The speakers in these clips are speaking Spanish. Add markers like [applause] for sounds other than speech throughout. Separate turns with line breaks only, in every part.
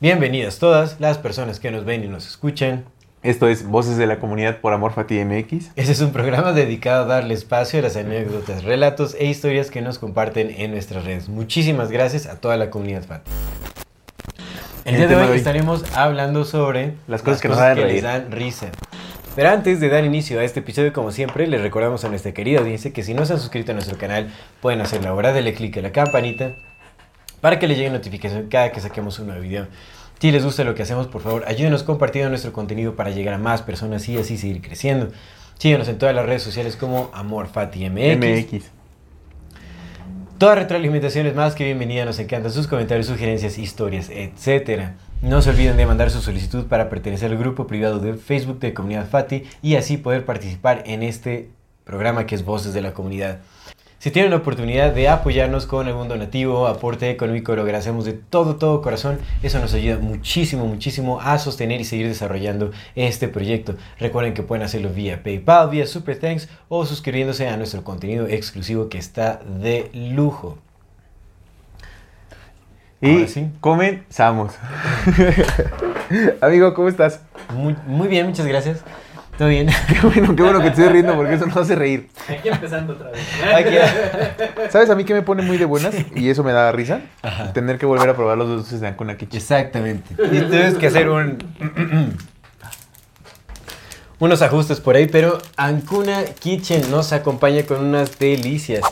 Bienvenidas todas las personas que nos ven y nos escuchan.
Esto es Voces de la Comunidad por Amorfa TMX.
Este es un programa dedicado a darle espacio a las anécdotas, relatos e historias que nos comparten en nuestras redes. Muchísimas gracias a toda la comunidad FAT. El,
El
día de
tema
hoy,
de hoy.
estaremos hablando sobre
Las cosas que nos dan
les
reír.
dan risa. Pero antes de dar inicio a este episodio, como siempre, les recordamos a nuestra querida audiencia que si no se han suscrito a nuestro canal, pueden hacerlo ahora, denle clic a la campanita para que les llegue notificación cada que saquemos un nuevo video. Si les gusta lo que hacemos, por favor, ayúdenos compartiendo nuestro contenido para llegar a más personas y así seguir creciendo. Síguenos en todas las redes sociales como AmorFatiMX.
MX.
Toda retroalimentación es más que bienvenida, nos encantan sus comentarios, sugerencias, historias, etc. No se olviden de mandar su solicitud para pertenecer al grupo privado de Facebook de Comunidad Fati y así poder participar en este programa que es Voces de la Comunidad. Si tienen la oportunidad de apoyarnos con algún donativo, aporte económico, lo agradecemos de todo, todo corazón. Eso nos ayuda muchísimo, muchísimo a sostener y seguir desarrollando este proyecto. Recuerden que pueden hacerlo vía PayPal, vía Super Thanks o suscribiéndose a nuestro contenido exclusivo que está de lujo.
Y
Ahora sí.
comenzamos. [laughs] Amigo, ¿cómo estás?
Muy, muy bien, muchas gracias. ¿Todo bien?
[laughs]
[laughs]
Qué bueno, qué bueno que te estoy riendo porque eso nos hace reír.
Aquí empezando otra vez.
Aquí,
¿Sabes a mí que me pone muy de [laughs] buenas? Y eso me da risa. Tener que volver a probar los dulces de Ancona Kichi.
Exactamente. [laughs] Y tienes que hacer un... [clears throat] unos ajustes por ahí, pero Ancuna Kitchen nos acompaña con unas delicias.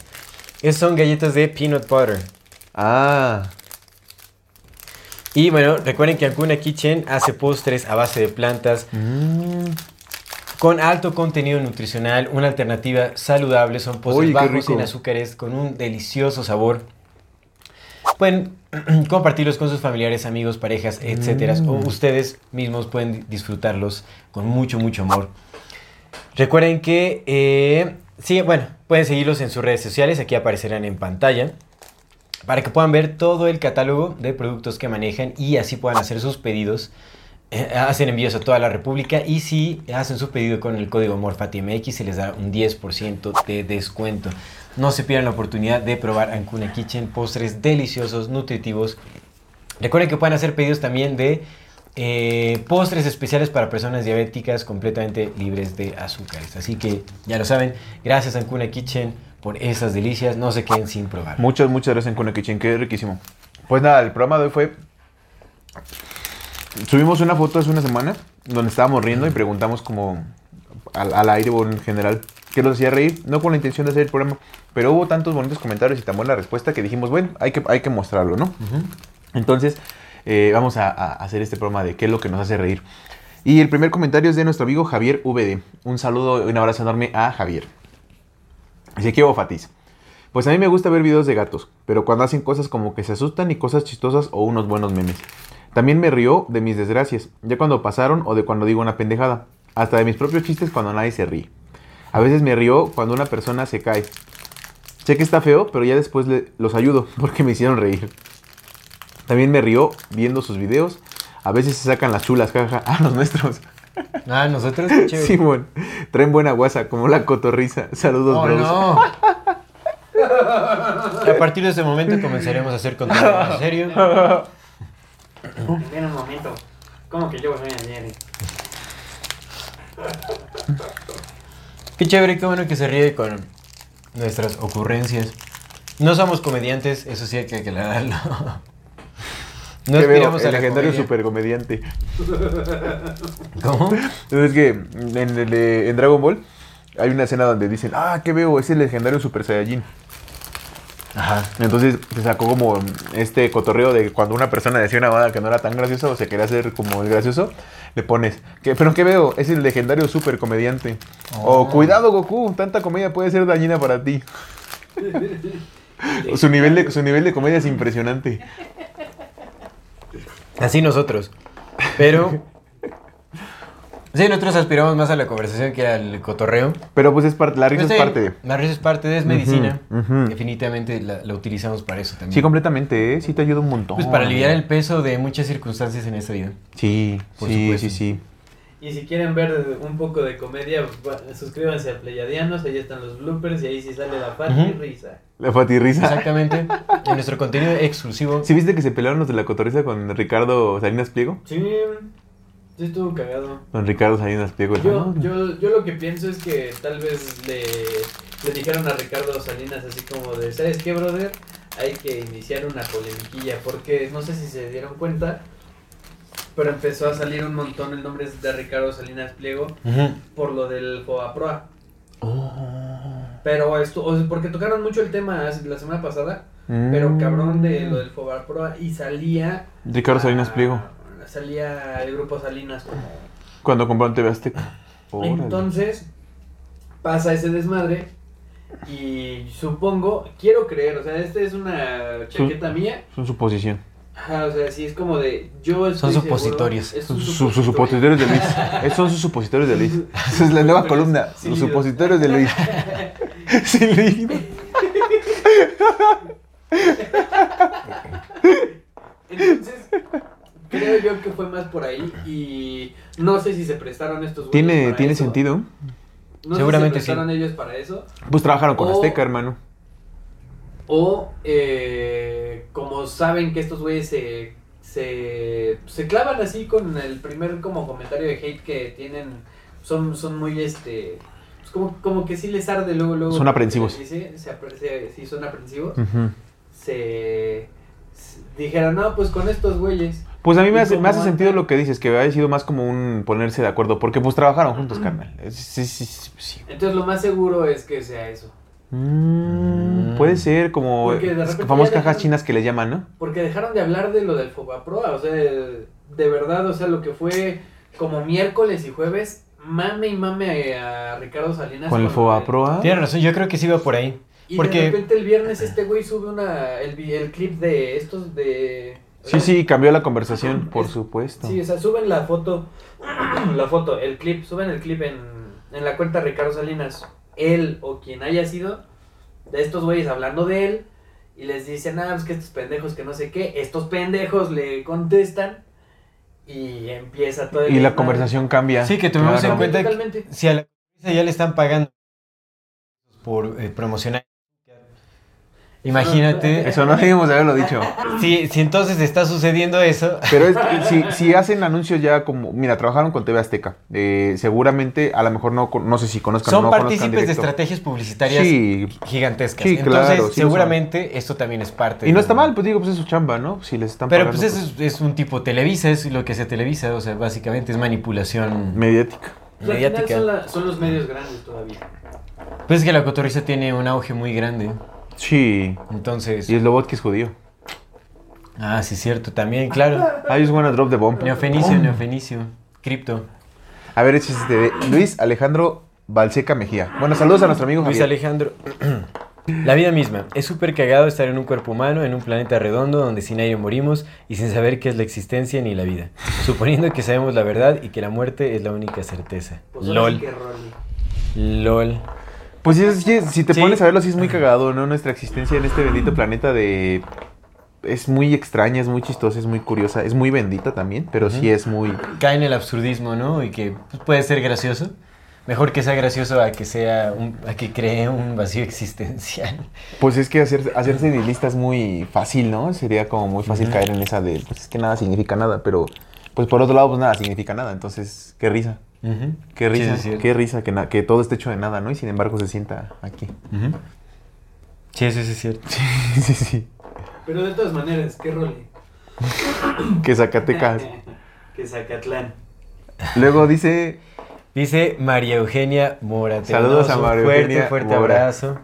Es- son galletas de peanut butter.
Ah,
Y bueno, recuerden que Ancuna Kitchen hace postres a base de plantas con alto contenido nutricional, una alternativa saludable, son postres
Oye, qué
bajos
rico.
en azúcares con un delicioso sabor. Pueden [clears throat] compartirlos con sus familiares, amigos, parejas, etcétera, o
Mm.
ustedes mismos pueden disfrutarlos con mucho, mucho amor. Recuerden que, eh, sí, bueno, pueden seguirlos en sus redes sociales, aquí aparecerán en pantalla, para que puedan ver todo el catálogo de productos que manejan y así puedan hacer sus pedidos. Eh, hacen envíos a toda la República y si hacen su pedido con el código MORFATIMX se les da un 10% de descuento. No se pierdan la oportunidad de probar Ancuna Kitchen, postres deliciosos, nutritivos. Recuerden que pueden hacer pedidos también de eh, postres especiales para personas diabéticas completamente libres de azúcares. Así que ya lo saben, gracias Ancuna Kitchen por esas delicias. No se queden sin probar.
muchas, muchas gracias Ancona Kichi. Qué riquísimo. Pues nada, el programa de hoy fue... Subimos una foto hace una semana donde estábamos riendo y preguntamos como al, al aire o en general qué nos hacía reír, no con la intención de hacer el programa, pero hubo tantos bonitos comentarios y tan buena respuesta que dijimos, bueno, hay que, hay que mostrarlo, ¿no? Entonces, eh, vamos a, a hacer este programa de qué es lo que nos hace reír. Y el primer comentario es de nuestro amigo Javier VD. Un saludo y un abrazo enorme a Javier. Así que, Fatiz. Pues a mí me gusta ver videos de gatos, pero cuando hacen cosas como que se asustan y cosas chistosas o unos buenos memes. También me río de mis desgracias, ya cuando pasaron o de cuando digo una pendejada. Hasta de mis propios chistes cuando nadie se ríe. A veces me río cuando una persona se cae. Sé que está feo, pero ya después le- los ayudo [laughs] porque me hicieron reír. También me río viendo sus videos. A veces se sacan las chulas, caja, [laughs] a los nuestros.
Ah, nosotros qué chévere.
Simón, traen buena guasa, como la cotorriza. Saludos,
Oh,
bros.
no. A partir de ese momento comenzaremos a hacer contenido más serio.
Ven un momento. ¿Cómo que yo soy ayer?
Qué chévere, qué bueno que se ríe con nuestras ocurrencias. No somos comediantes, eso sí hay que aclararlo. [laughs] No
Te veo,
aspiramos a
el
la
legendario
comedia.
supercomediante.
¿Cómo?
Es que en, el de- en Dragon Ball hay una escena donde dicen, ah, ¿qué veo? Es el legendario Super Saiyajin.
Ajá.
Entonces se sacó como este cotorreo de cuando una persona decía una banda que no era tan graciosa o se quería hacer como el gracioso. le pones. ¿qué- ¿Pero qué veo? Es el legendario super comediante. O cuidado, Goku, tanta comedia puede ser dañina para ti. su, nivel de, su nivel de comedia es impresionante.
Así nosotros. Pero. Sí, nosotros aspiramos más a la conversación que al cotorreo.
Pero pues es parte, la risa
Pero
es
está
parte
bien,
de.
La risa es parte de, es medicina.
ujú.
Definitivamente la, la utilizamos para eso también.
Sí, completamente, ¿eh? Sí te ayuda un montón.
Pues para aliviar el peso de muchas circunstancias en esta
[laughs]
vida.
Sí,
Por
sí,
supuesto.
sí, sí.
Y si quieren ver un poco de comedia, va- suscríbanse a Pleiadianos, ahí están los bloopers y ahí sí sale la parte y
Ujú.
risa.
La fatirrisa.
Exactamente. en nuestro contenido exclusivo.
¿Sí viste que se pelearon los de la cotorriza con Ricardo Salinas Pliego?
Sí, sí estuvo cagado.
Don Ricardo Salinas Pliego. el
Yo,
famoso.
yo, yo lo que pienso es que tal vez le, le dijeron a Ricardo Salinas así como de, ¿sabes qué, brother? Hay que iniciar una polemiquilla porque no sé si se dieron cuenta, pero empezó a salir un montón el nombre de Ricardo Salinas Pliego
Ujú.
por lo del Fobaproa. Pero esto, o sea, porque tocaron mucho el tema hace- la semana pasada,
Mm.
pero cabrón de lo del Fobaproa y salía...
Ricardo Salinas
ah,
Pliego.
Salía el grupo Salinas como
Cuando compraron TV Azteca. Órale.
entonces, pasa ese desmadre y supongo, quiero creer, o sea, esta es una chaqueta mía.
Son suposición.
Ajá, o sea, sí es como de yo estoy
Son
seguro-
supositorios.
es
Son
un
sus sus
supositorio.
supositorios de Luis. Esos son sus supositorios de Luis. Esa es la nueva columna.
Sí,
los
Luis.
supositorios de
[laughs]
Luis. Sí, Luis.
Entonces, creo yo que fue más por ahí y no sé si se prestaron estos güeyes
¿Tiene,
para
¿tiene
eso.
sentido?
No
Seguramente
sé si
sí.
se prestaron ellos para eso
Pues trabajaron con
O-
Azteca, hermano.
o eh, como saben que estos güeyes se, se, se clavan así con el primer como comentario de hate que tienen, son, son muy este, pues como, como que sí les arde luego, luego.
Son aprensivos. Mm.
Sí, sí, se apre- se- sí, son aprensivos.
Ujú.
Se, se- dijeron, no, pues con estos güeyes.
Pues a mí
Y
me hace, me
como
hace
acá-
sentido lo que dices, que haya sido más como un ponerse de acuerdo, porque pues trabajaron juntos, carnal. Eh, Sí, sí, sí. sí.
Entonces lo más seguro es que sea eso.
Ah.
Mm, puede ser como
Porque de
las
repente
famosas
ya
cajas
dejaron-
chinas que le llaman, ¿no?
Porque dejaron de hablar de lo del Fobaproa, o sea, de verdad, o sea, lo que fue como miércoles y jueves, mame y mame a Ricardo Salinas.
Con el Fobaproa.
Tienes razón, yo creo que sí va por ahí.
Y de
Porque
repente el viernes este güey sube una, el, vi- el clip de estos de...
Sí, sí, cambió la conversación, por
Ah, Es-
supuesto.
Sí, o sea, suben la foto, [clears throat] la foto, el clip, suben el clip en, en la cuenta de Ricardo Salinas, él o quien haya sido, de estos güeyes hablando de él, y les dicen, ah, pues que estos pendejos que no sé qué, estos pendejos le contestan, y empieza todo el
Y la
desmadre.
conversación cambia.
Sí, que tuvimos en
Claro.
cuenta
Totalmente.
que si a la empresa ya le están pagando por eh, promocionar. Imagínate,
Eso no debimos haberlo dicho.
si, si entonces está sucediendo eso,
Pero es que si, si hacen anuncios ya como, mira, trabajaron con TV Azteca. Eh, seguramente, a lo mejor no, con- no sé si conozcan o
son
no conozcan
partícipes de
directo.
estrategias publicitarias
Sí.
gigantescas.
Sí, claro,
entonces,
sí lo son.
seguramente esto también es parte.
Y no
de-
está mal, pues digo, pues es su chamba, ¿no? Si les están
Pero
pagando,
pues eso es, es un tipo Televisa, es lo que se Televisa, o sea, básicamente es manipulación
pues, mediática.
O sea, al final
mediática.
son, la- son los medios grandes todavía.
Pues es que la cotorriza tiene un auge muy grande,
Sí.
entonces...
Y Slobodki es judío.
Ah, sí, cierto, también, claro.
I just wanna Ah, drop the bomb.
Neofenicio, neofenicio, cripto.
A ver, este es de Luis Alejandro Balseca Mejía. Bueno, saludos a nuestro amigo
Luis
Javier.
Alejandro. [clears throat] La vida misma. Es súper cagado estar en un cuerpo humano, en un planeta redondo donde sin aire morimos y sin saber qué es la existencia ni la vida. Suponiendo que sabemos la verdad y que la muerte es la única certeza.
Pues ahora sí
LOL.
que Rolly.
LOL.
Pues sí, es- sí, si te
Sí.
pones a verlo, sí es muy cagado, ¿no? Nuestra existencia en este bendito planeta de... Es muy extraña, es muy chistosa, es muy curiosa, es muy bendita también, pero sí es muy...
Cae en el absurdismo, ¿no? Y que pues, puede ser gracioso. Mejor que sea gracioso a que sea un- a que cree un vacío existencial.
Pues es que hacer, hacerse nihilista es muy fácil, ¿no? Sería como muy fácil caer en esa de, pues es que nada significa nada, pero pues por otro lado, pues nada significa nada, entonces, qué risa.
Ujú.
Qué
Sí,
risa,
es cierto.
qué risa que, na- que todo esté hecho de nada, ¿no? Y sin embargo se sienta aquí.
Ujú. Sí, eso sí es cierto.
[laughs] Sí, sí, sí.
Pero de todas maneras, qué Rolly.
Que Zacatecas.
[laughs] que Zacatlán.
Luego dice
Dice María Eugenia Mora. te
Saludos
mando
a María
un fuerte,
Eugenia
fuerte
Mora.
abrazo.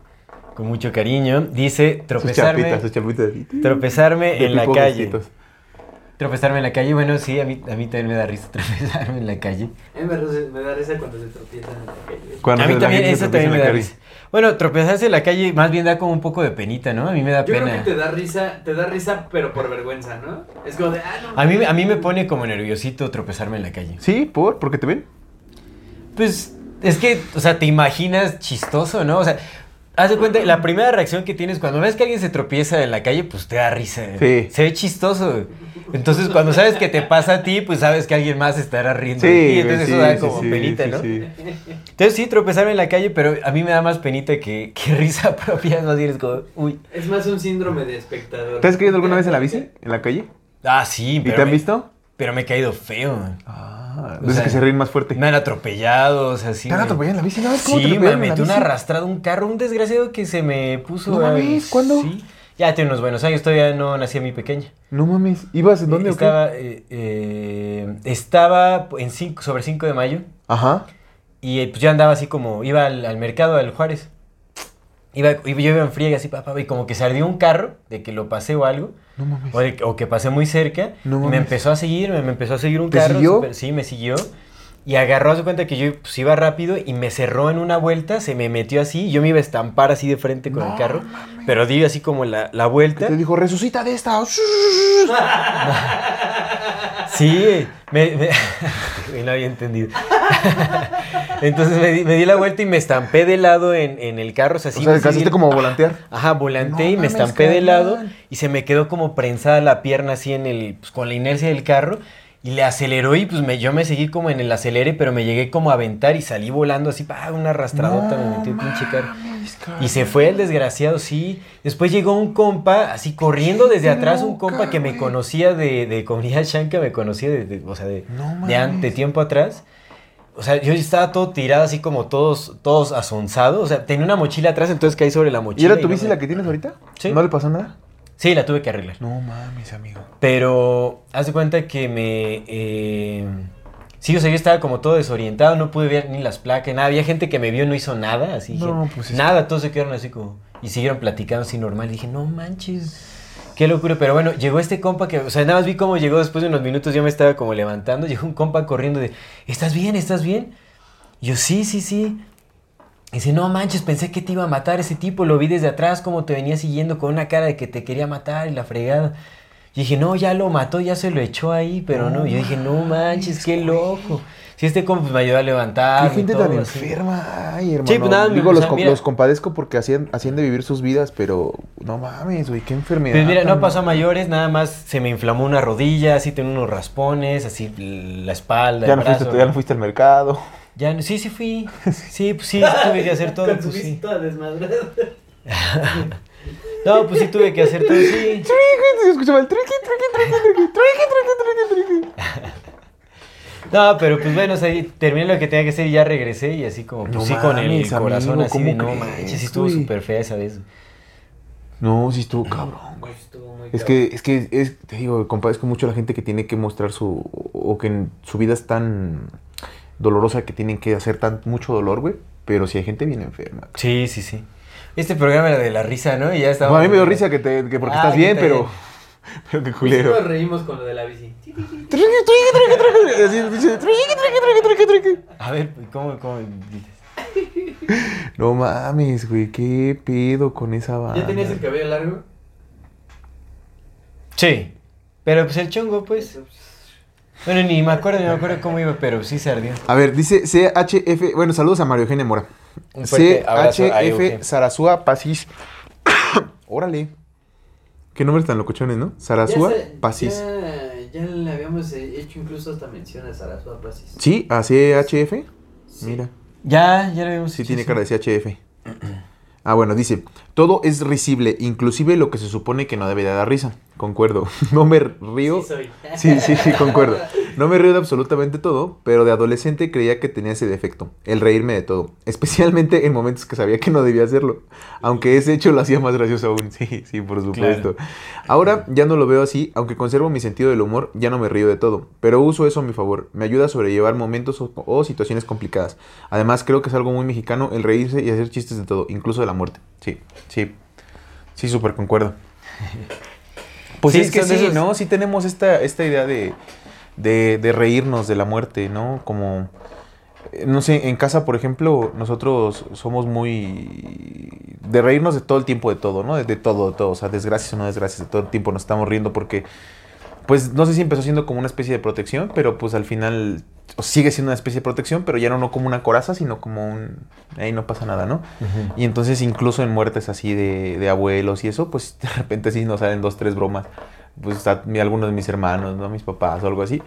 Con mucho cariño. Dice
sus
tropezarme,
chapitas, sus chapitas.
tropezarme
De
en la
tipo
calle.
gustitos.
Tropezarme en la calle, bueno, sí, a mí, a mí también me da risa [laughs] tropezarme en la calle.
A mí me, ri- me da risa cuando se tropiezan en la calle.
Cuando
a mí
la
también,
gente se
eso
tropieza
también
en
me
la
da
calle.
risa. Bueno, tropezarse en la calle más bien da como un poco de penita, ¿no? A mí me da
Yo
pena.
creo que te da risa, te da risa, pero por vergüenza, ¿no? Es como de, ah, no.
A mí, a mí me pone como nerviosito tropezarme en la calle.
Sí, ¿por? ¿Porque te ven?
Pues es que, o sea, te imaginas chistoso, ¿no? O sea, haz de cuenta, la primera reacción que tienes cuando ves que alguien se tropieza en la calle, pues te da risa.
Sí.
Se ve chistoso. Entonces, cuando sabes que te pasa a ti, pues sabes que alguien más estará riendo. de ti,
güey,
entonces
sí,
eso da
sí,
como
sí,
penita,
sí,
¿no?
sí.
Entonces sí, tropezarme en la calle, pero a mí me da más penita que, que [laughs] risa propia. Más bien es como, uy.
Es más un síndrome de espectador.
¿Te has caído alguna vez en la bici? ¿En la calle?
Ah, sí,
¿Y
pero,
te han
me,
visto?
pero me he caído feo.
Ah,
O
entonces
sea,
que se ríen más fuerte.
Me han atropellado, o sea, sí.
¿Te han
me-
atropellado en la bici? No, ¿cómo te
Sí, me
atropellaron en la
metió una
bici?
arrastrada un carro, un desgraciado que se me puso.
No
a-
mames, ¿cuándo?
Sí. Ya tiene unos buenos años, todavía no nací a mi pequeña.
No mames, ¿ibas en dónde o qué?
estaba, eh, eh, estaba en cinco, sobre 5 de mayo
Ajá.
y eh, pues yo andaba así como, iba al, al mercado, al Juárez. Iba, iba- yo iba en friega así, papá, y como que se ardió un carro de que lo pasé o algo.
No mames.
O, de- o que pasé muy cerca.
No
y me
mames.
empezó a seguir, me, me empezó a seguir un
¿Te
carro.
siguió?
súper- sí, me siguió. Y agarró, a su cuenta que yo pues, iba rápido y me cerró en una vuelta, se me metió así. y Yo me iba a estampar así de frente con el carro. Pero di así como la, la vuelta.
Te dijo, resucita de esta.
Sí, me, me- [laughs] Güey, no había entendido. [laughs] Entonces me di, me di la vuelta y me estampé de lado en, en el carro. O sea,
O
sí,
sea,
sí Ah, di-
alcanzaste como a volantear.
Ajá, volanté
No
y me
mames,
estampé de
cabrón.
lado y se me quedó como prensada la pierna así en el, pues, con la inercia del carro y le aceleró y pues me, yo me seguí como en el acelere, pero me llegué como a aventar y salí volando así, pa, una arrastradota me metió el pinche carro. Y se fue el desgraciado, sí. Después llegó un compa, así corriendo desde atrás, un compa que me conocía de, de comunidad shanka, me conocía de, de- o sea, de,
No
de, an- de tiempo atrás. O sea, yo estaba todo tirado así como todos, todos asonzado. O sea, tenía una mochila atrás, entonces caí sobre la mochila.
¿Y era tu
no
bici
me-
la que tienes ahorita?
Sí.
¿No le pasó nada?
Sí, la tuve que arreglar.
No mames, amigo.
Pero haz de cuenta que me... eh, Sí, o sea, yo estaba como todo desorientado, no pude ver ni las placas, nada. Había gente que me vio y no hizo nada, así.
No,
gente-
pues es-
nada, todos se quedaron así como... Y siguieron platicando así normal. Y dije, no manches, qué locura. Pero bueno, llegó este compa que... O sea, nada más vi cómo llegó después de unos minutos, yo me estaba como levantando. Llegó un compa corriendo de, ¿estás bien? ¿Estás bien? Y yo, sí, sí, sí. Y dice, no manches, pensé que te iba a matar ese tipo, lo vi desde atrás, como te venía siguiendo con una cara de que te quería matar y la fregada. Y dije, no, ya lo mató, ya se lo echó ahí, pero no. Yo dije, no manches, qué loco. Si este compa pues, me ayudó a levantar.
Qué gente tan enferma. Ay, hermano.
pues nada,
Digo,
o
los,
sea,
com-
mira.
los compadezco porque hacían, hacían de vivir sus vidas, pero no mames, güey, qué enfermedad.
Pues mira, no
tan-
pasó a mayores, nada más se me inflamó una rodilla, así tenía unos raspones, así la espalda.
Ya
el
no, fuiste,
brazo.
ya no fuiste al mercado.
Ya no- sí, sí
[laughs]
fui. Sí, pues sí, sí tuve que hacer todo,
Con su
pues
bici
sí.
toda desmadrada.
No, pues sí tuve que hacer
[laughs]
todo, sí.
Se escuchaba el triqui, triqui, triqui, triqui, triqui, triqui, triqui, triqui.
No, pero pues bueno, o sea, terminé lo que tenía que hacer y ya regresé y así como, pues
No
sí, con el
mames,
corazón
amigo,
así de,
¿cómo
no
crees,
manches, sí estuvo
güey?
súper fea esa vez.
No, sí estuvo cabrón, güey.
Pues estuvo muy
Es
cabrón.
que, es que, es, te digo, compadezco mucho a la gente que tiene que mostrar su, o que en- su vida es tan dolorosa que tienen que hacer tan mucho dolor, güey. Pero si hay gente bien enferma.
Sí, sí, sí. Este programa era de la risa, ¿no? Y ya estaba.
No, a mí me dio risa que, te, que porque
Ah,
estás
que
bien,
te-
pero, pero qué
Sí
culero.
[laughs] nos reímos con lo de la bici. Sí, sí, sí.
Triqui, triqui, triqui, triqui. Así, pinche, triqui, triqui, triqui, triqui.
A ver, ¿cómo, cómo? dices?
No mames, güey, qué pedo con esa banda.
¿Ya tenías el cabello largo?
Sí. Pero pues el chongo, pues. Bueno, ni me acuerdo, ni me acuerdo cómo iba, pero sí se ardió.
A ver, dice CHF. Bueno, saludos a Mario Eugenia Mora.
Un fuerte abrazo a
CHF
Euge.
Sarasúa Pasis. [coughs] Órale. Qué nombres tan locochones, ¿no? Sarasúa
Ya se-
Pasis.
Ya, ya le habíamos eh, hecho incluso hasta mención a Sarasua Pasis.
Sí, a CHF.
Sí.
Mira,
Ya, ya lo vimos.
sí tiene cara de CHF. [coughs] Ah, bueno, dice, todo es risible, inclusive lo que se supone que no debe de dar risa. Concuerdo. [laughs] No me río.
Sí soy.
Sí, sí, sí, concuerdo. No me río de absolutamente todo, pero de adolescente creía que tenía ese defecto, el reírme de todo, especialmente en momentos que sabía que no debía hacerlo, aunque ese hecho lo hacía más gracioso aún, sí, sí, por supuesto. Ahora ya no lo veo así, aunque conservo mi sentido del humor, ya no me río de todo, pero uso eso a mi favor, me ayuda a sobrellevar momentos o, o situaciones complicadas. Además, creo que es algo muy mexicano el reírse y hacer chistes
[laughs]
de todo, incluso de la muerte. Sí, sí, sí, súper concuerdo. Pues
Sí,
es que
son
sí,
de esos-
¿no? Sí tenemos esta, esta idea de, de, de reírnos de la muerte, ¿no? Como, eh, no sé, en casa, por ejemplo, nosotros somos muy... de reírnos de todo el tiempo, de todo, ¿no? De, de todo, de todo, o sea, desgracias o no desgracias, de todo el tiempo nos estamos riendo porque, pues, no sé si empezó siendo como una especie de protección, pero pues al final o sigue siendo una especie de protección, pero ya no, no como una coraza, sino como un... ahí no pasa nada, ¿no? Y entonces incluso en muertes así de, de abuelos y eso, pues [laughs] de repente sí nos salen dos, tres bromas. Pues a mí, algunos de mis hermanos, ¿no? Mis papás o algo así.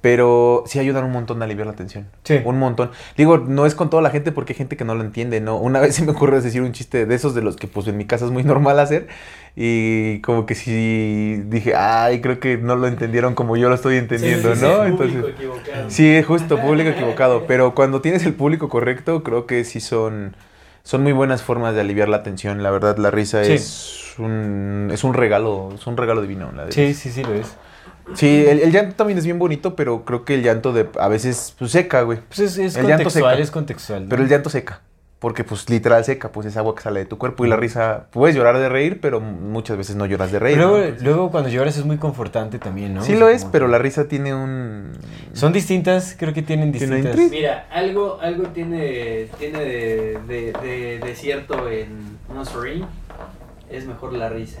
Pero sí ayudan un montón a aliviar la tensión.
Sí.
Un montón. Digo, no es con toda la gente porque hay gente que no lo entiende, ¿no? Una [laughs] vez se me ocurrió decir un chiste de esos de los que pues en mi casa es muy normal hacer. Y como que sí dije, ay, creo que no lo entendieron como yo lo estoy entendiendo,
sí, sí,
¿no?
público
Entonces...
equivocado.
Sí, justo, público equivocado. Pero cuando tienes el público correcto, creo que sí son, son muy buenas formas de aliviar la tensión. La verdad, la risa
Sí.
es, un, es un regalo, es un regalo divino. La de-
Sí, sí, sí, lo es.
Sí, el, el llanto también es bien bonito, pero creo que el llanto de a veces pues, seca, güey.
Pues es, es
El llanto
contextual,
seca.
es contextual. ¿no?
Pero el llanto seca. Porque pues literal seca, pues es agua que sale de tu cuerpo y la risa, puedes llorar de reír, pero muchas veces no lloras de reír.
Pero
¿no?
luego, luego cuando lloras es muy confortante también, ¿no?
Sí
O sea,
lo es,
como-
pero la risa tiene un...
Son distintas, creo que tienen
Tiene
distintas.
intriga.
Mira, algo, algo tiene, tiene de, de, de- de cierto en No Sorry. Es mejor la risa.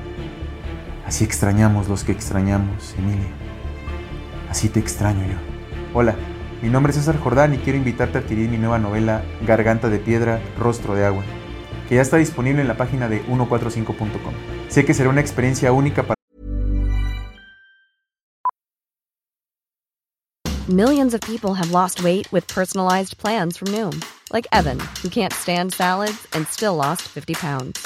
Así extrañamos los que extrañamos, Emilia. Así te extraño yo. Hola, mi nombre es César Jordán y quiero invitarte a adquirir mi nueva novela Garganta de Piedra, Rostro de Agua, que ya está disponible en la página de 145.com. Sé que será una experiencia única para
Millions of people have lost weight with personalized plans from Noom, like Evan, who can't stand salads and still lost 50 pounds.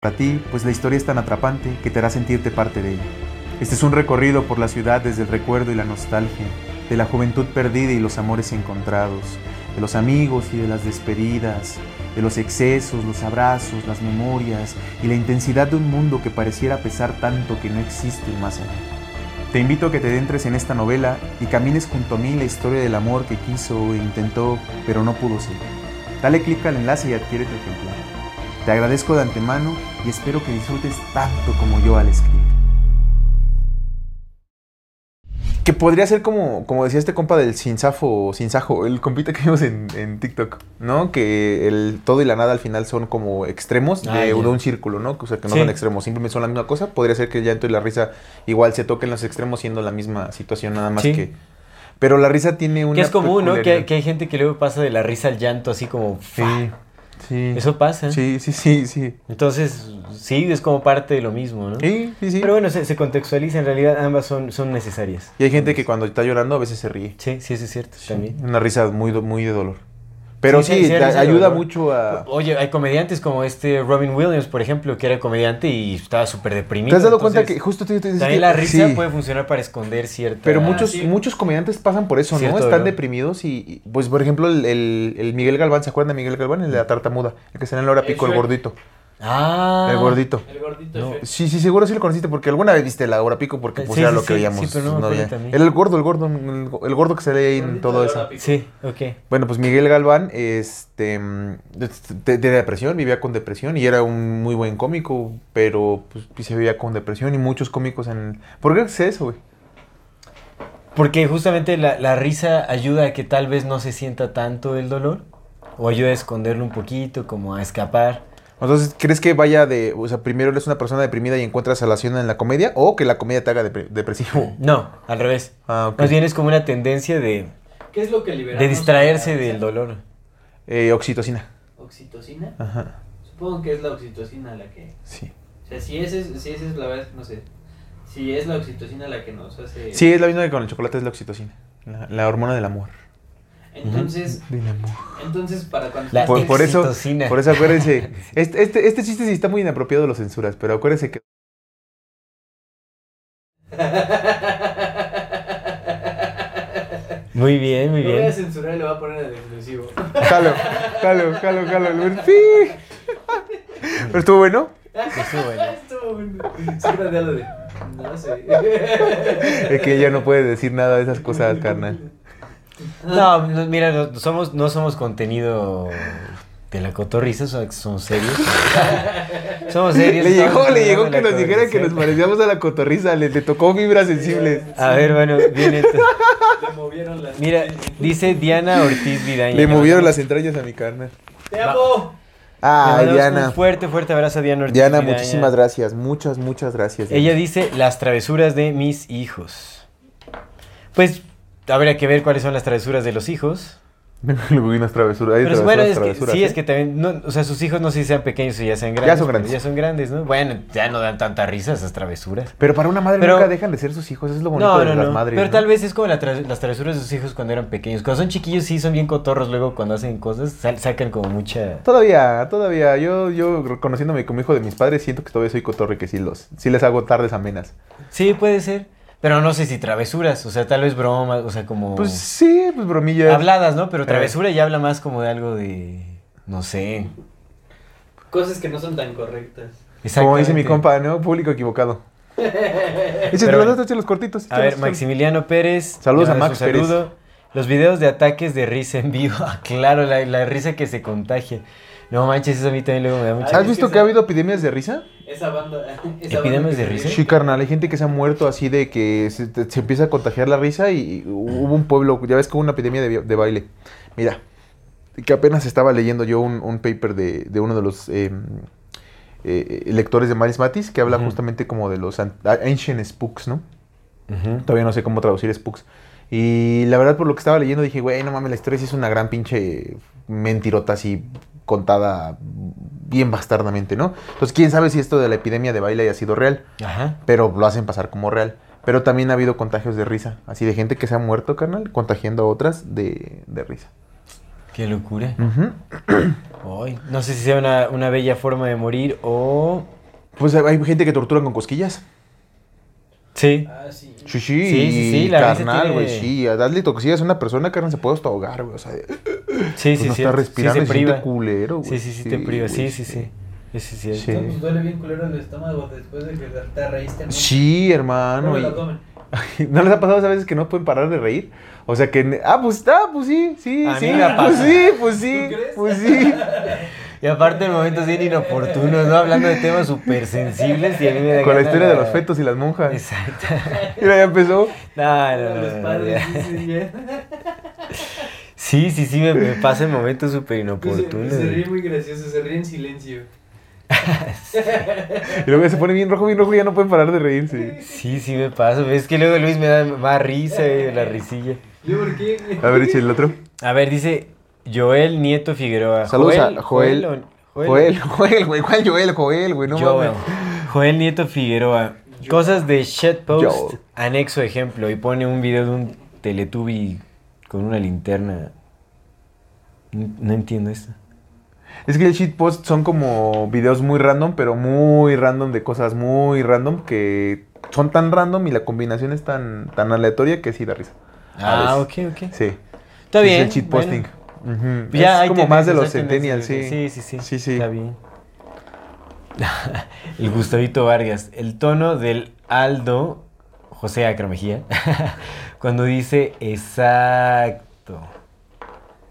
Para ti, pues la historia es tan atrapante que te hará sentirte parte de ella. Este es un recorrido por la ciudad desde el recuerdo y la nostalgia, de la juventud perdida y los amores encontrados, de los amigos y de las despedidas, de los excesos, los abrazos, las memorias y la intensidad de un mundo que pareciera pesar tanto que no existe el más allá. Te invito a que te adentres en esta novela y camines junto a mí la historia del amor que quiso e intentó, pero no pudo ser. Dale clic al enlace y adquiere tu ejemplar. Te agradezco de antemano y espero que disfrutes tanto como yo al escribir. Que podría ser como, como decía este compa del Sinzafo, Sinzajo, el compita que vimos en, en TikTok, ¿no? Que el todo y la nada al final son como extremos de,
Ah, ya.
de un círculo, ¿no? O sea, que no
Sí.
son extremos, simplemente son la misma cosa. Podría ser que el llanto y la risa igual se toquen los extremos siendo la misma situación, nada más
Sí.
que... Pero la risa tiene una
Que es común, ¿no? Que,
peculiaridad.
que hay gente que luego pasa de la risa al llanto, así como.
Sí. Sí.
Eso pasa.
Sí, sí, sí, sí.
Entonces, sí, es como parte de lo mismo, ¿no?
Sí, sí, sí.
Pero bueno, se, se contextualiza, en realidad ambas son, son necesarias.
y hay gente que cuando está llorando a veces se ríe.
Sí, sí, eso es cierto, también.
Una risa muy, do- muy de dolor. Pero
Sí,
sí,
sí, sí,
te
risa de
ayuda
dolor. Pues,
mucho a...
Oye, hay comediantes como este Robin Williams, por ejemplo, que era comediante y estaba súper deprimido.
¿Te has dado cuenta
entonces,
que justo te, te- te-
También la risa
Sí.
puede funcionar Ah, para esconder cierta...
Pero muchos,
sí.
muchos comediantes pasan por eso,
Cierto,
¿no? Están
¿no?
deprimidos y, y, pues, por ejemplo, el, el- el Miguel Galván, ¿se acuerdan de Miguel Galván? El de la tartamuda, el que sale en la hora
El
pico, el
Shrek.
gordito.
Ah.
El gordito.
El gordito
No.
Shrek.
Sí, sí, seguro sí lo conociste porque alguna vez viste la hora pico porque pues
Sí,
era
sí,
lo que
sí,
veíamos.
sí, pero no me acuerdo
había-
también.
Era el gordo, el gordo, el, el gordo que sale ahí en
Gordito
todo
de
eso.
hora pico.
Sí, ok.
Bueno, pues Miguel Galván, este, mm, de, de depresión, vivía con depresión y era un muy buen cómico, pero pues sí se vivía con depresión y muchos cómicos en... ¿Por qué es eso, güey?
Porque justamente la, la risa ayuda a que tal vez no se sienta tanto el dolor o ayuda a esconderlo un poquito, como a escapar.
Entonces, ¿crees que vaya de, o sea, primero eres una persona deprimida y encuentras salación en la comedia o que la comedia te haga depre- depresivo?
[laughs] No, al revés.
Ah, ok.
Más bien es como una tendencia de,
¿Qué es lo que liberamos?
de distraerse
para-
del dolor.
Eh, oxitocina.
¿Oxitocina?
Ajá,
Supongo que es la oxitocina la que...
sí.
O sea, si esa es, si esa es la verdad, es que no sé. Si es la oxitocina la que nos hace...
Sí, es la misma que con el chocolate es la oxitocina, la, la hormona del amor.
Entonces,
Del amor.
entonces para cuando...
La-
Por, por
[laughs]
eso,
Oxitocina.
por
[laughs]
eso acuérdense, este, este, este chiste sí está muy inapropiado, lo censuras, pero acuérdense que...
Muy bien, muy
Lo voy a
bien.
censurar y lo voy a poner en el exclusivo. [laughs]
Jalo, jalo, jalo, jalo. el- ¡Sí! Pero estuvo bueno.
Estuvo bueno.
Estuvo bueno. Siempre de lo de... No sé.
[laughs] Es que ella no puede decir nada de esas cosas, carnal.
No, no, mira, no somos, no somos contenido de la cotorriza, so- somos
[laughs]
serios. somos serios.
Le
estamos
llegó, le
hablando
llegó
de
que
la
nos dijera que nos
cotorriza.
parecíamos a la cotorriza, le, le tocó fibras sensibles.
A ver, bueno,
[laughs]
viene. esto.
Le movieron las...
Mira, dice Diana Ortiz Vidaña.
Le
que
movieron
mandamos-
las entrañas a mi carnal.
¡Te amo!
le
Ah,
mandamos
Diana.
Un fuerte, fuerte abrazo a Diana Ortiz.
Diana,
Vidaña.
muchísimas gracias. Muchas, muchas gracias. Diana.
Ella dice las travesuras de mis hijos. Pues habrá que ver cuáles son las travesuras de los hijos.
Luego unas travesuras. hay
Pero es-
travesuras,
bueno, es que,
travesuras,
sí,
¿eh?
es que también, no, o sea, sus hijos no sé si sean pequeños o ya sean grandes.
son
pero
grandes.
Ya son grandes, ¿no? Bueno, ya no dan tanta risa esas travesuras.
Pero para una madre
Pero-
nunca dejan de ser sus hijos. Eso es lo bonito
No,
de
no,
las
no.
madres.
pero
¿no?
tal vez es como la tra- las travesuras de sus hijos cuando eran pequeños. Cuando son chiquillos sí son bien cotorros, luego cuando hacen cosas sal- sacan como mucha...
Todavía, todavía. Yo, yo conociéndome como hijo de mis padres, siento que todavía soy cotorre que sí los, sí les hago tardes amenas.
Sí, puede ser. Pero no sé si travesuras, o sea, tal vez bromas, o sea, como...
Pues sí, pues bromillas.
Habladas, ¿no? Pero travesura ya habla más como de algo de... No sé.
Cosas que no son tan correctas.
Como dice mi
Exactamente.
compa, ¿no?
[laughs]
Público equivocado. Échate
Pero
los
bueno.
datos, échate los cortitos.
A
échate
ver,
los-
Maximiliano Pérez.
Saludos
le
a
mando
Max
su Los videos de ataques de risa en vivo. [laughs] Ah, claro, la, la risa que se contagia. No manches, eso a mí también luego me da mucha
Ay,
¿Has
es
risa.
que
visto que
se-
ha habido epidemias de risa?
Esa banda... [laughs] Esa banda
Epidemias
que
de
se
risa.
ríe.
Sí, carnal, hay gente que se ha muerto así de que se, te- se empieza a contagiar la risa y hubo un pueblo, ya ves que hubo una epidemia de, bi- de baile. Mira, que apenas estaba leyendo yo un, un paper de, de uno de los eh, eh, lectores de Maris Matis que habla justamente como de los an- ancient spooks, ¿no? Todavía no sé cómo traducir spooks. Y la verdad, por lo que estaba leyendo, dije, güey, no mames, la historia sí es una gran pinche mentirota así contada bien bastardamente, ¿no? Entonces, quién sabe si esto de la epidemia de baile haya sido real
Ajá.
pero lo hacen pasar como real. Pero también ha habido contagios de risa, así de gente que se ha muerto, carnal, contagiando a otras de, de risa.
Qué locura. [clears throat] Ay, no sé si sea una, una bella forma de morir o.
Pues hay- hay gente que torturan con cosquillas.
Sí.
Ah, sí.
Sí, sí,
Sí, sí, sí,
y
la risa
carnal, güey,
tiene-
sí. A darle toxillas a una persona, carnal, se puede hasta ahogar, güey. O sea,
Sí, sí,
Pues no
sí.
está respirando
sí, se
y se siente
priva.
culero, güey.
Sí, sí, sí, te
Sí,
priva. Sí,
güey,
sí, sí.
sí.
Eso sí. es
Sí.
No, pues duele bien culero el estómago después de que te reíste. ¿no?
Sí,
Luego
hermano.
la
y-
comen.
[laughs] ¿No les ha pasado a veces que no pueden parar de reír? O sea que, ah, pues, ah, pues sí, sí,
A mí
sí,
me pasa.
pues sí, pues sí,
¿Tú crees?
[laughs]
pues sí.
Y aparte, en momentos bien inoportunos, ¿no? Hablando de temas súper sensibles y a mí me da
Con la
gana
historia de los fetos y las monjas.
Exacto.
[laughs]
Mira, ya empezó.
No, no, no,
[laughs] Los
no,
padres,
ya.
sí,
[laughs]
sí, ya.
Sí, sí, sí, me, me pasa en momentos súper
Se,
inoportunos.
se ríe muy gracioso, se ríe en silencio.
Y luego ya se pone bien rojo, bien rojo y ya no pueden parar de reírse.
Sí, sí me pasa. Es que luego Luis me da más risa, güey, la risilla.
¿Yo por qué?
A ver, eche el otro.
A ver, dice Joel Nieto Figueroa.
Saludos
Joel,
a Joel.
Joel, o-
Joel, Joel, güey. ¿Cuál Joel? Joel, güey. No
Joel.
mames.
Joel Nieto Figueroa. Cosas de shitpost,
Joel.
anexo ejemplo. Y pone un video de un Teletubby con una linterna. N- No entiendo esto.
Es que el shitpost son como videos muy random, pero muy random de cosas muy random que son tan random y la combinación es tan, tan aleatoria que sí da risa.
Ah,
A
ok,
veces.
ok.
Sí.
Está bien.
Es el cheat
bueno.
posting. Ujú.
Ya,
es
ahí
como
tenés,
más de los
exacto, en
centennials,
ese-
sí.
Sí, sí, sí.
Sí, sí.
Está bien. [laughs] El Gustavito Vargas. El tono del Aldo José Acromejía. [laughs] cuando dice exacto.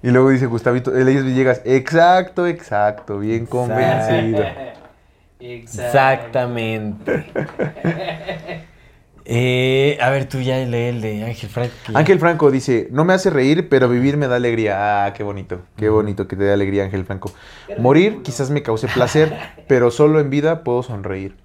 Y luego dice Gustavito, Elías Villegas, exacto, exacto, bien convencido.
Exactamente. Eh, a ver, tú ya lee el de Ángel Frank. que-
Ángel Franco dice, no me hace reír, pero vivir me da alegría. Ah, qué bonito, qué bonito que te dé alegría, Ángel Franco. Morir quizás me cause placer, pero solo en vida puedo sonreír.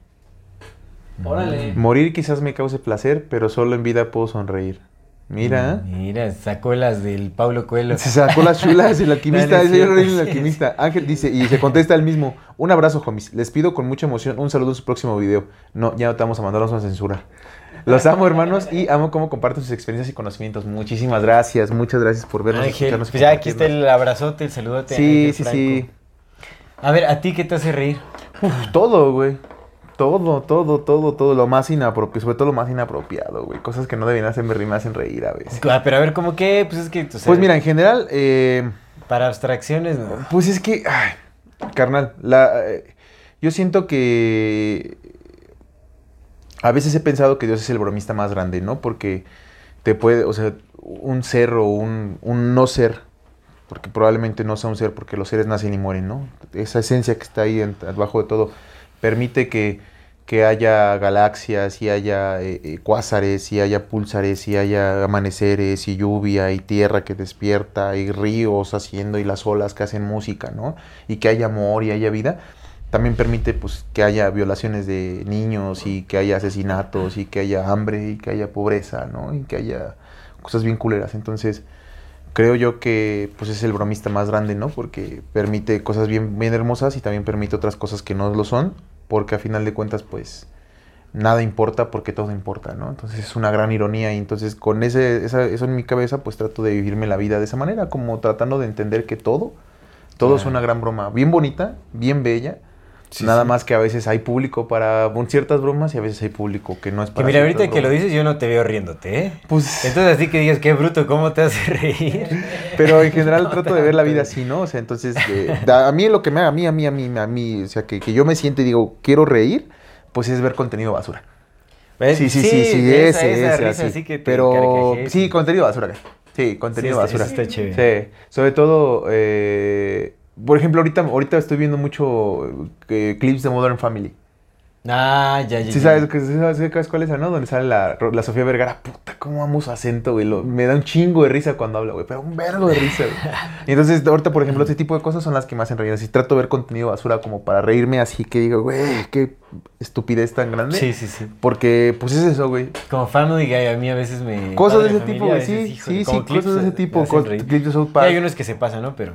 Órale.
Morir quizás me cause placer, pero solo en vida puedo sonreír. Mira, ¿eh?
Mira, sacó las del Pablo Coelho.
se sacó las chulas, el
[laughs]
alquimista,
No, no es
ese yo
cierto,
reí en el
sí,
alquimista. Ángel dice, y se contesta el mismo, un abrazo, homies. Les pido con mucha emoción un saludo en su próximo video. No, ya no te vamos a mandarnos una censura. Los amo, hermanos, y amo cómo comparten sus experiencias y conocimientos. Muchísimas gracias, muchas gracias por vernos,
Ángel,
escucharnos y
pues ya aquí está
compartirnos.
el abrazote, el saludote. a
Sí,
Ángel
sí,
Franco.
sí.
A ver, ¿a ti qué te hace reír?
Uf, todo, güey. Todo, todo, todo, todo. Lo más inapropiado, sobre todo lo más inapropiado, güey. Cosas que no debían hacerme reír, me hacen reír a veces.
Ah, pero a ver, ¿cómo qué? Pues es que, o sea,
Pues mira, en general, eh,
para abstracciones, no.
pues es que, ay, carnal, la, eh, yo siento que a veces he pensado que Dios es el bromista más grande, ¿no? Porque te puede, o sea, un ser o un, un no ser, porque probablemente no sea un ser, porque los seres nacen y mueren, ¿no? Esa esencia que está ahí en- debajo de todo permite que, que haya galaxias y haya eh, eh, cuásares y haya pulsares y haya amaneceres y lluvia y tierra que despierta y ríos haciendo y las olas que hacen música, ¿no? Y que haya amor y haya vida. También permite pues, que haya violaciones de niños y que haya asesinatos y que haya hambre y que haya pobreza, ¿no? Y que haya cosas bien culeras. Entonces, creo yo que pues es el bromista más grande, ¿no? Porque permite cosas bien, bien hermosas y también permite otras cosas que no lo son, porque a final de cuentas, pues nada importa porque todo importa, ¿no? Entonces es una gran ironía y entonces con ese, esa- eso en mi cabeza, pues trato de vivirme la vida de esa manera, como tratando de entender que todo, todo es una gran broma, bien bonita, bien bella. Nada más que a veces hay público para un- ciertas bromas y a veces hay público que no es
Que
para
mira,
ciertas
ahorita que lo
bromas.
dices, yo no te veo riéndote, ¿eh?
Pues-
Entonces, así que digas, qué bruto, ¿cómo te hace reír?
Pero en general trato de ver la vida así, ¿no? O sea, entonces, eh, da- a mí lo que me haga, a mí, a mí, a mí, a mí, o sea, que, que yo me siento y digo, quiero reír, pues es ver contenido basura.
¿Ves?
Sí, sí, sí, sí,
esa-
ese,
esa
ese,
risa
así.
así que te
Pero
carcajees.
sí, contenido basura. güey. Sí, contenido
Sí, está-
basura.
está chévere.
Sí, sobre todo, eh, por ejemplo, ahorita, ahorita estoy viendo mucho eh, clips de Modern Family.
[laughs] Ah, ya, ya.
Sí,
ya.
sabes, que- sí sabes, sabes cuál es esa, ¿no? Donde sale la, la Sofía Vergara. Puta, cómo amo su acento, güey. Lo- me da un chingo de risa cuando habla, güey. Pero un vergo de risa, güey. Y entonces, ahorita, por ejemplo, ese tipo de cosas son las que me hacen reír. Así trato de ver contenido basura como para reírme así que digo, güey, qué estupidez tan grande.
Sí, sí, sí.
Porque, pues es eso, güey.
Como Family Guy, a mí a veces me.
Cosas de
Padre
ese tipo,
Familia, a
güey, sí,
veces, híjole,
sí,
como
sí,
clips
cosas de ese
me
tipo,
hacen
cos-
reír.
clips de South
Ya
Park.
Hay unos que se pasan, ¿no? Pero.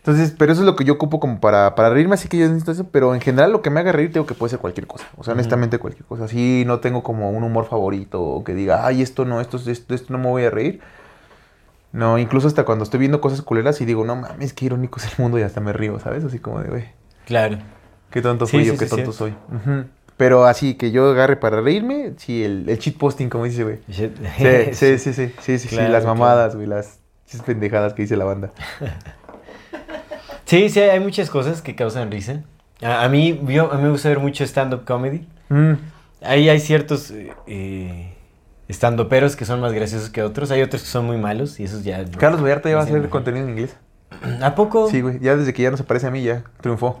Entonces, pero eso es lo que yo ocupo como para, para reírme, así que yo necesito eso. Pero en general lo que me haga reír tengo que puede ser cualquier cosa. O sea, honestamente cualquier cosa. Sí, no tengo como un humor favorito o que diga, ay, esto no, esto, esto, esto no me voy a reír. No, incluso hasta cuando estoy viendo cosas culeras y digo, no mames, qué irónico es el mundo y hasta me río, ¿sabes? Así como de, güey,
Claro.
qué tonto
Sí,
fui
sí,
yo, qué
sí,
tonto
sí.
soy. Ujú. Pero así que yo agarre para reírme, sí, el, el cheat posting, como dice, güey.
[laughs] Sí, [laughs]
Sí, sí, sí, sí, sí, sí, sí,
Claro,
las
claro.
mamadas, güey, las esas pendejadas que dice la banda.
Sí, sí, hay muchas cosas que causan risa. A, a mí, yo, a mí me gusta ver mucho stand-up comedy.
Mm.
Ahí hay ciertos eh, eh, stand-uperos que son más graciosos que otros. Hay otros que son muy malos y esos ya.
Carlos Vallarta ya va a
Sí,
hacer
imagino.
contenido en inglés.
¿A poco?
Sí, güey. Ya desde que ya no se parece a mí, ya triunfó.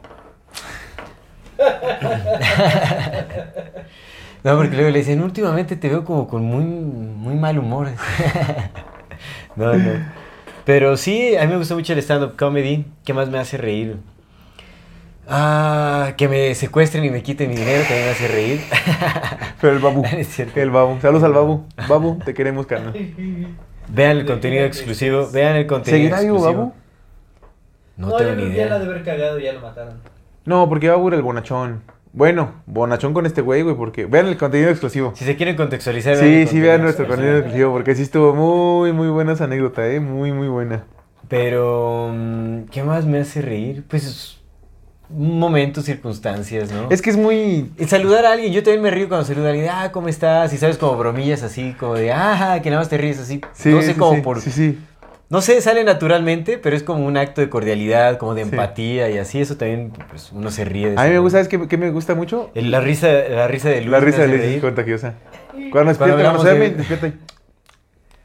No, porque luego le dicen, últimamente te veo como con muy, muy mal humor. [laughs] no, no. Pero sí, a mí me gusta mucho el stand-up comedy. ¿Qué más me hace reír? Ah, que me secuestren y me quiten mi dinero también me hace reír.
[laughs] Pero el babu.
[laughs] No es cierto.
el babu. Saludos al babu. Babu, te queremos, carnal.
vean el contenido exclusivo. Vean el contenido
¿Seguirá vivo
exclusivo.
babu?
No,
yo
tengo
creo
ni
que ya
idea.
la de haber cagado y ya lo mataron.
No, porque va a huir el bonachón. Bueno, bonachón con este güey, güey, porque vean el contenido exclusivo.
Si se quieren contextualizar.
Sí,
el
sí, vean
contenido.
nuestro contenido exclusivo, porque sí estuvo muy, muy buena esa anécdota, ¿eh? Muy, muy buena.
Pero, mm, ¿qué más me hace reír? Pues momentos, circunstancias, ¿no?
Es que es muy...
Y Saludar a alguien, yo también me río cuando saludo a alguien, ah, ¿cómo estás? Y sabes, como bromillas así, como de, ah, que nada más te ríes así.
Sí,
no sé
sí,
cómo
sí,
por.
Sí, sí.
No sé, sale naturalmente, pero es como un acto de cordialidad, como de empatía y así. Eso también, pues uno se ríe. de
A mí me
esa
gusta, ¿sabes qué, qué me gusta mucho?
El- La risa, la risa de Luis.
La
me
risa de
hace
Luis es
reír.
contagiosa. Cuando
Cuando
despierta, cuando
hablamos
se duerme,
de-
despierta [laughs]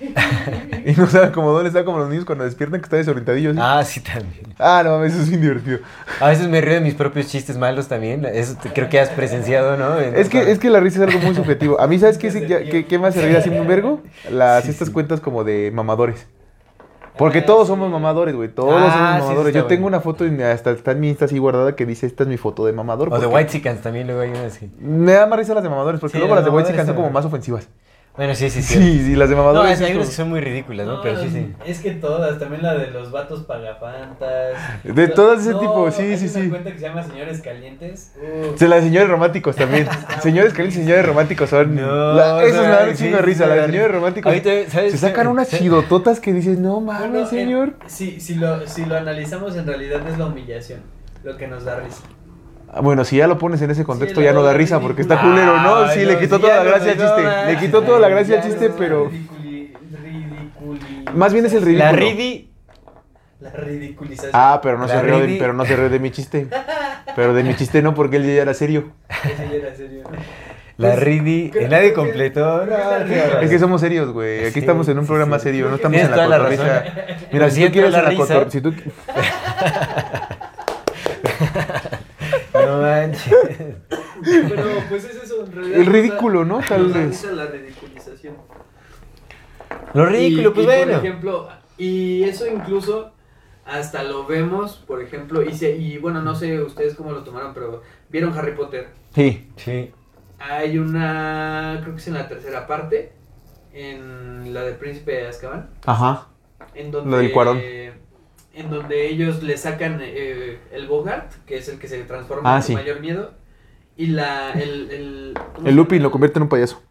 y- y... no sabe cómo dónde está, como los niños cuando despiertan que está desorientadillo. así.
Ah, sí, también.
Ah, no mames, eso es bien divertido.
A veces me río de mis propios chistes malos también. Eso te- creo que has presenciado, ¿no?
Es que, es que la risa es algo muy subjetivo. A
[laughs]
mí, ¿sabes qué, se- ya- qué, qué me hace reír así muy vergo? Las, estas cuentas como de mamadores. Porque todos somos mamadores, güey.
Ah,
Todos
sí,
somos
eso
mamadores.
está
Yo tengo
bueno.
una foto, en- hasta está en mi Insta así guardada, que dice, esta es mi foto de mamador.
O de
porque-
White Chickens también, luego hay unas que-
Me da más risa las de mamadores, porque
Sí,
luego
las
las de White
mamadoras
Chicken son
son-
como más ofensivas.
Bueno, sí, sí, sí.
Sí, sí, las de
No,
mamadores.
hay, hay
es
unas
como-
que son muy ridículas, ¿no? Pero sí, sí.
Es que todas, también la de los vatos pagafantas.
De todas ese tipo, sí,
hay
sí,
una
sí.
cuenta que se llama Señores Calientes. Uh,
Se las de señores románticos
[laughs]
también. señores que señores románticos son. la- esos me dan un
sí,
chingo de
sí,
risa.
sí,
Las
da
de señores románticos.
Ahorita, ¿sabes?
Se sacan unas
Sí.
chidototas que dices, no mames,
bueno, en-
señor.
si, si, lo, si lo analizamos, en realidad es la humillación lo que nos da risa.
Ah, Bueno, si ya lo pones en ese contexto,
Sí,
ya
la
no da
verdad,
risa
ridículo.
porque está culero, ¿no?
Ay,
sí,
no,
le quitó
sí,
toda
ya
la
no,
gracia al
no,
chiste.
no,
le quitó toda la gracia al
Ya
chiste,
no,
pero.
ridiculi- ridiculi-
Más bien es el ridículo.
La Ridi.
La ridiculización.
Ah, pero no,
La
se rió de,
Ridi-
pero no se rió de mi chiste. Pero de mi chiste no, porque él ya era serio.
Ese ya era serio.
La
Pues,
Ridi.
creo-
Nadie
creo
[laughs]
que-
[laughs] completó.
creo que
no,
es la
qué
Ridi.
horror.
Es que somos serios, güey. Aquí
Sí,
estamos en un
sí,
programa
sí.
serio, no estamos
Tienes
en la
toda la
cotorrisa.
razón.
Mira,
Lo
si tú
siento,
quieres
la
en la
risa.
cotor- si tú-
No manches.
Pero pues es eso, en realidad
El
nos da-
ridículo, ¿no? Tal
nos da
vez.
risa La ridiculización.
[laughs] Lo ridículo,
Y-
pues
y,
bueno.
Por ejemplo, y eso incluso hasta lo vemos, por ejemplo, y, se- y bueno, no sé ustedes cómo lo tomaron, pero vieron Harry Potter.
Sí.
Sí.
Hay una, creo que es en la tercera parte, en la del príncipe de Azkaban,
Ajá.
en donde...
La del Cuarón.
En donde ellos le sacan eh, el Bogart, que es el que se transforma
Ah,
en su
sí.
mayor miedo, y la, el... El, ¿cómo se
El Lupin
llama?
lo convierte en un payaso.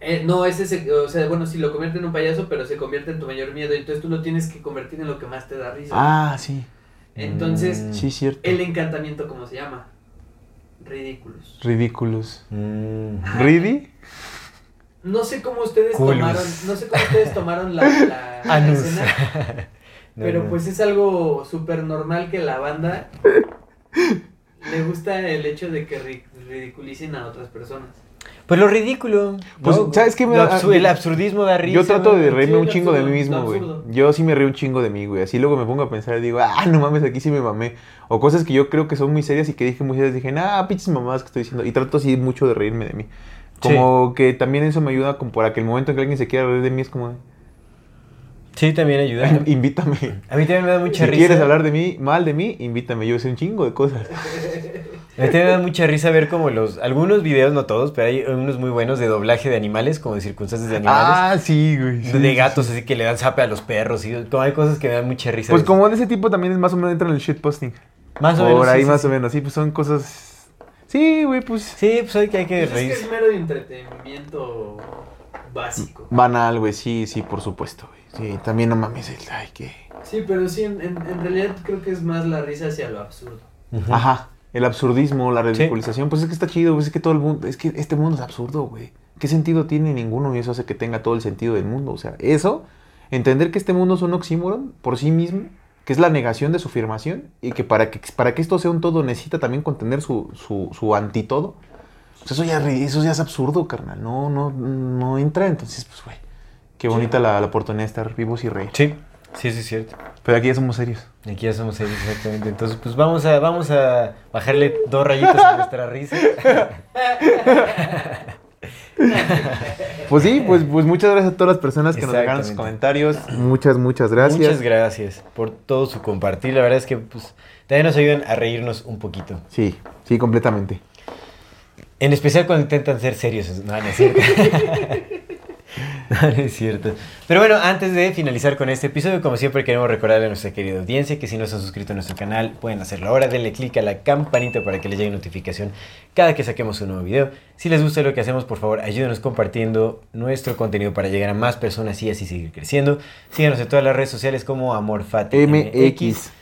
Eh, no, ese se- o sea, bueno, si lo convierte en un payaso, pero se convierte en tu mayor miedo, entonces tú lo tienes que convertir en lo que más te da risa.
Ah, sí.
Entonces,
Sí, cierto.
el encantamiento, ¿cómo se llama? Ridículos.
Ridículos.
Mm.
¿Ridi?
No sé cómo ustedes
Culus.
tomaron, no sé cómo ustedes tomaron la, la- la
Anus.
escena,
No,
pero
no.
pues es algo súper normal que la banda le gusta el hecho de que ri- ridiculicen a otras personas.
Pues lo ridículo.
Pues,
¿no?
¿sabes qué me
Lo
da-
absu- el absurdismo da risa.
Yo trato de
¿no?
reírme
Sí,
un
lo
chingo de mí
absurdo,
mismo,
lo
güey.
absurdo.
Yo sí me río un chingo de mí, güey. Así luego me pongo a pensar y digo, ah, no mames, aquí sí me mamé. O cosas que yo creo que son muy serias y que dije muy serias. Dije, ah, pinches mamadas que estoy diciendo. Y trato así mucho de reírme de mí. Como que también eso me ayuda como para que el momento en que alguien se quiera reír de mí es como,
Sí, también ayuda.
"Ay, invítame.
A mí también me da mucha
Si
risa.
quieres hablar de mí, mal de mí, invítame. Yo sé un chingo de cosas.
A mí también me da mucha risa ver como los. Algunos videos, no todos, pero hay unos muy buenos de doblaje de animales, como de circunstancias de animales.
Ah, sí, güey. sí,
de
sí,
gatos, así que le dan zape a los perros. Y como hay cosas que me dan mucha risa.
Pues
de-
como de ese tipo también es más o menos entra en el shitposting.
Más o
Por
menos. sí,
ahí
sí,
más
sí.
o menos, sí, pues son cosas... Sí, güey, pues...
Sí, pues hay que, hay que
Pues es que
reírse.
es mero entretenimiento básico.
Banal, güey, sí, sí, por supuesto, güey. Sí, también no mames, el- ay, qué...
Sí, pero sí, en, en- en realidad creo que es más la risa hacia lo absurdo.
Ajá, el absurdismo, la ridiculización, pues es que está chido, pues es que todo el mundo... Es que este mundo es absurdo, güey. ¿Qué sentido tiene ninguno? Y eso hace que tenga todo el sentido del mundo. O sea, eso, entender que este mundo es un oxímoron por sí mismo, que es la negación de su afirmación, y que para que, para que esto sea un todo necesita también contener su, su, su antitodo. Pues eso ya, re- eso ya es absurdo, carnal. No, no, no entra. Entonces, pues, güey. Qué bonita la, la oportunidad de estar vivos y reír.
Sí, sí, sí, es cierto.
Pero aquí ya somos serios.
Aquí ya somos seis exactamente. Entonces, pues vamos a, vamos a bajarle dos rayitos a nuestra
[laughs]
risa.
Pues sí, pues, pues muchas gracias a todas las personas que nos dejaron sus comentarios. Muchas, muchas gracias.
Muchas gracias por todo su compartir. La verdad es que pues, también nos ayudan a reírnos un poquito.
Sí, sí, completamente.
En especial cuando intentan ser serios. No, no es cierto. [laughs] No, no es cierto. Pero bueno, antes de finalizar con este episodio, como siempre queremos recordarle a nuestra querida audiencia que si no se han suscrito a nuestro canal, pueden hacerlo ahora. Denle click a la campanita para que les llegue notificación cada que saquemos un nuevo video. Si les gusta lo que hacemos, por favor, ayúdenos compartiendo nuestro contenido para llegar a más personas y así seguir creciendo. Síganos en todas las redes sociales como AmorFati
MX.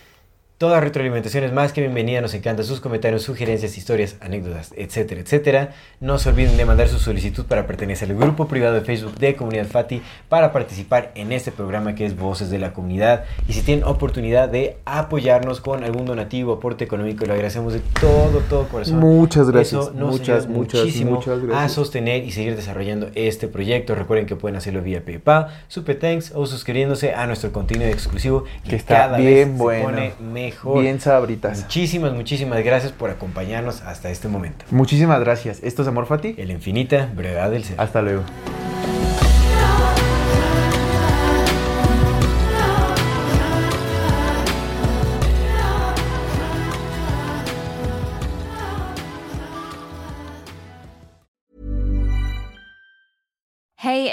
Toda retroalimentación es más que bienvenida, nos encantan sus comentarios, sugerencias, historias, anécdotas, etcétera, etcétera. No se olviden de mandar su solicitud para pertenecer al grupo privado de Facebook de Comunidad Fati para participar en este programa que es Voces de la Comunidad. Y si tienen oportunidad de apoyarnos con algún donativo, aporte económico, lo agradecemos de todo, todo corazón.
Muchas gracias,
Eso nos
muchas,
ayuda
muchas,
muchísimo
muchas gracias.
a sostener y seguir desarrollando este proyecto. Recuerden que pueden hacerlo vía PayPal, Supertanks o suscribiéndose a nuestro contenido exclusivo que,
Que está
cada
bien
vez se
bueno.
pone mejor.
Bien sabritas.
Muchísimas, muchísimas gracias por acompañarnos hasta este momento.
Muchísimas gracias. Esto es Amor Fati.
El infinita brevedad del ser.
Hasta luego.
Hey,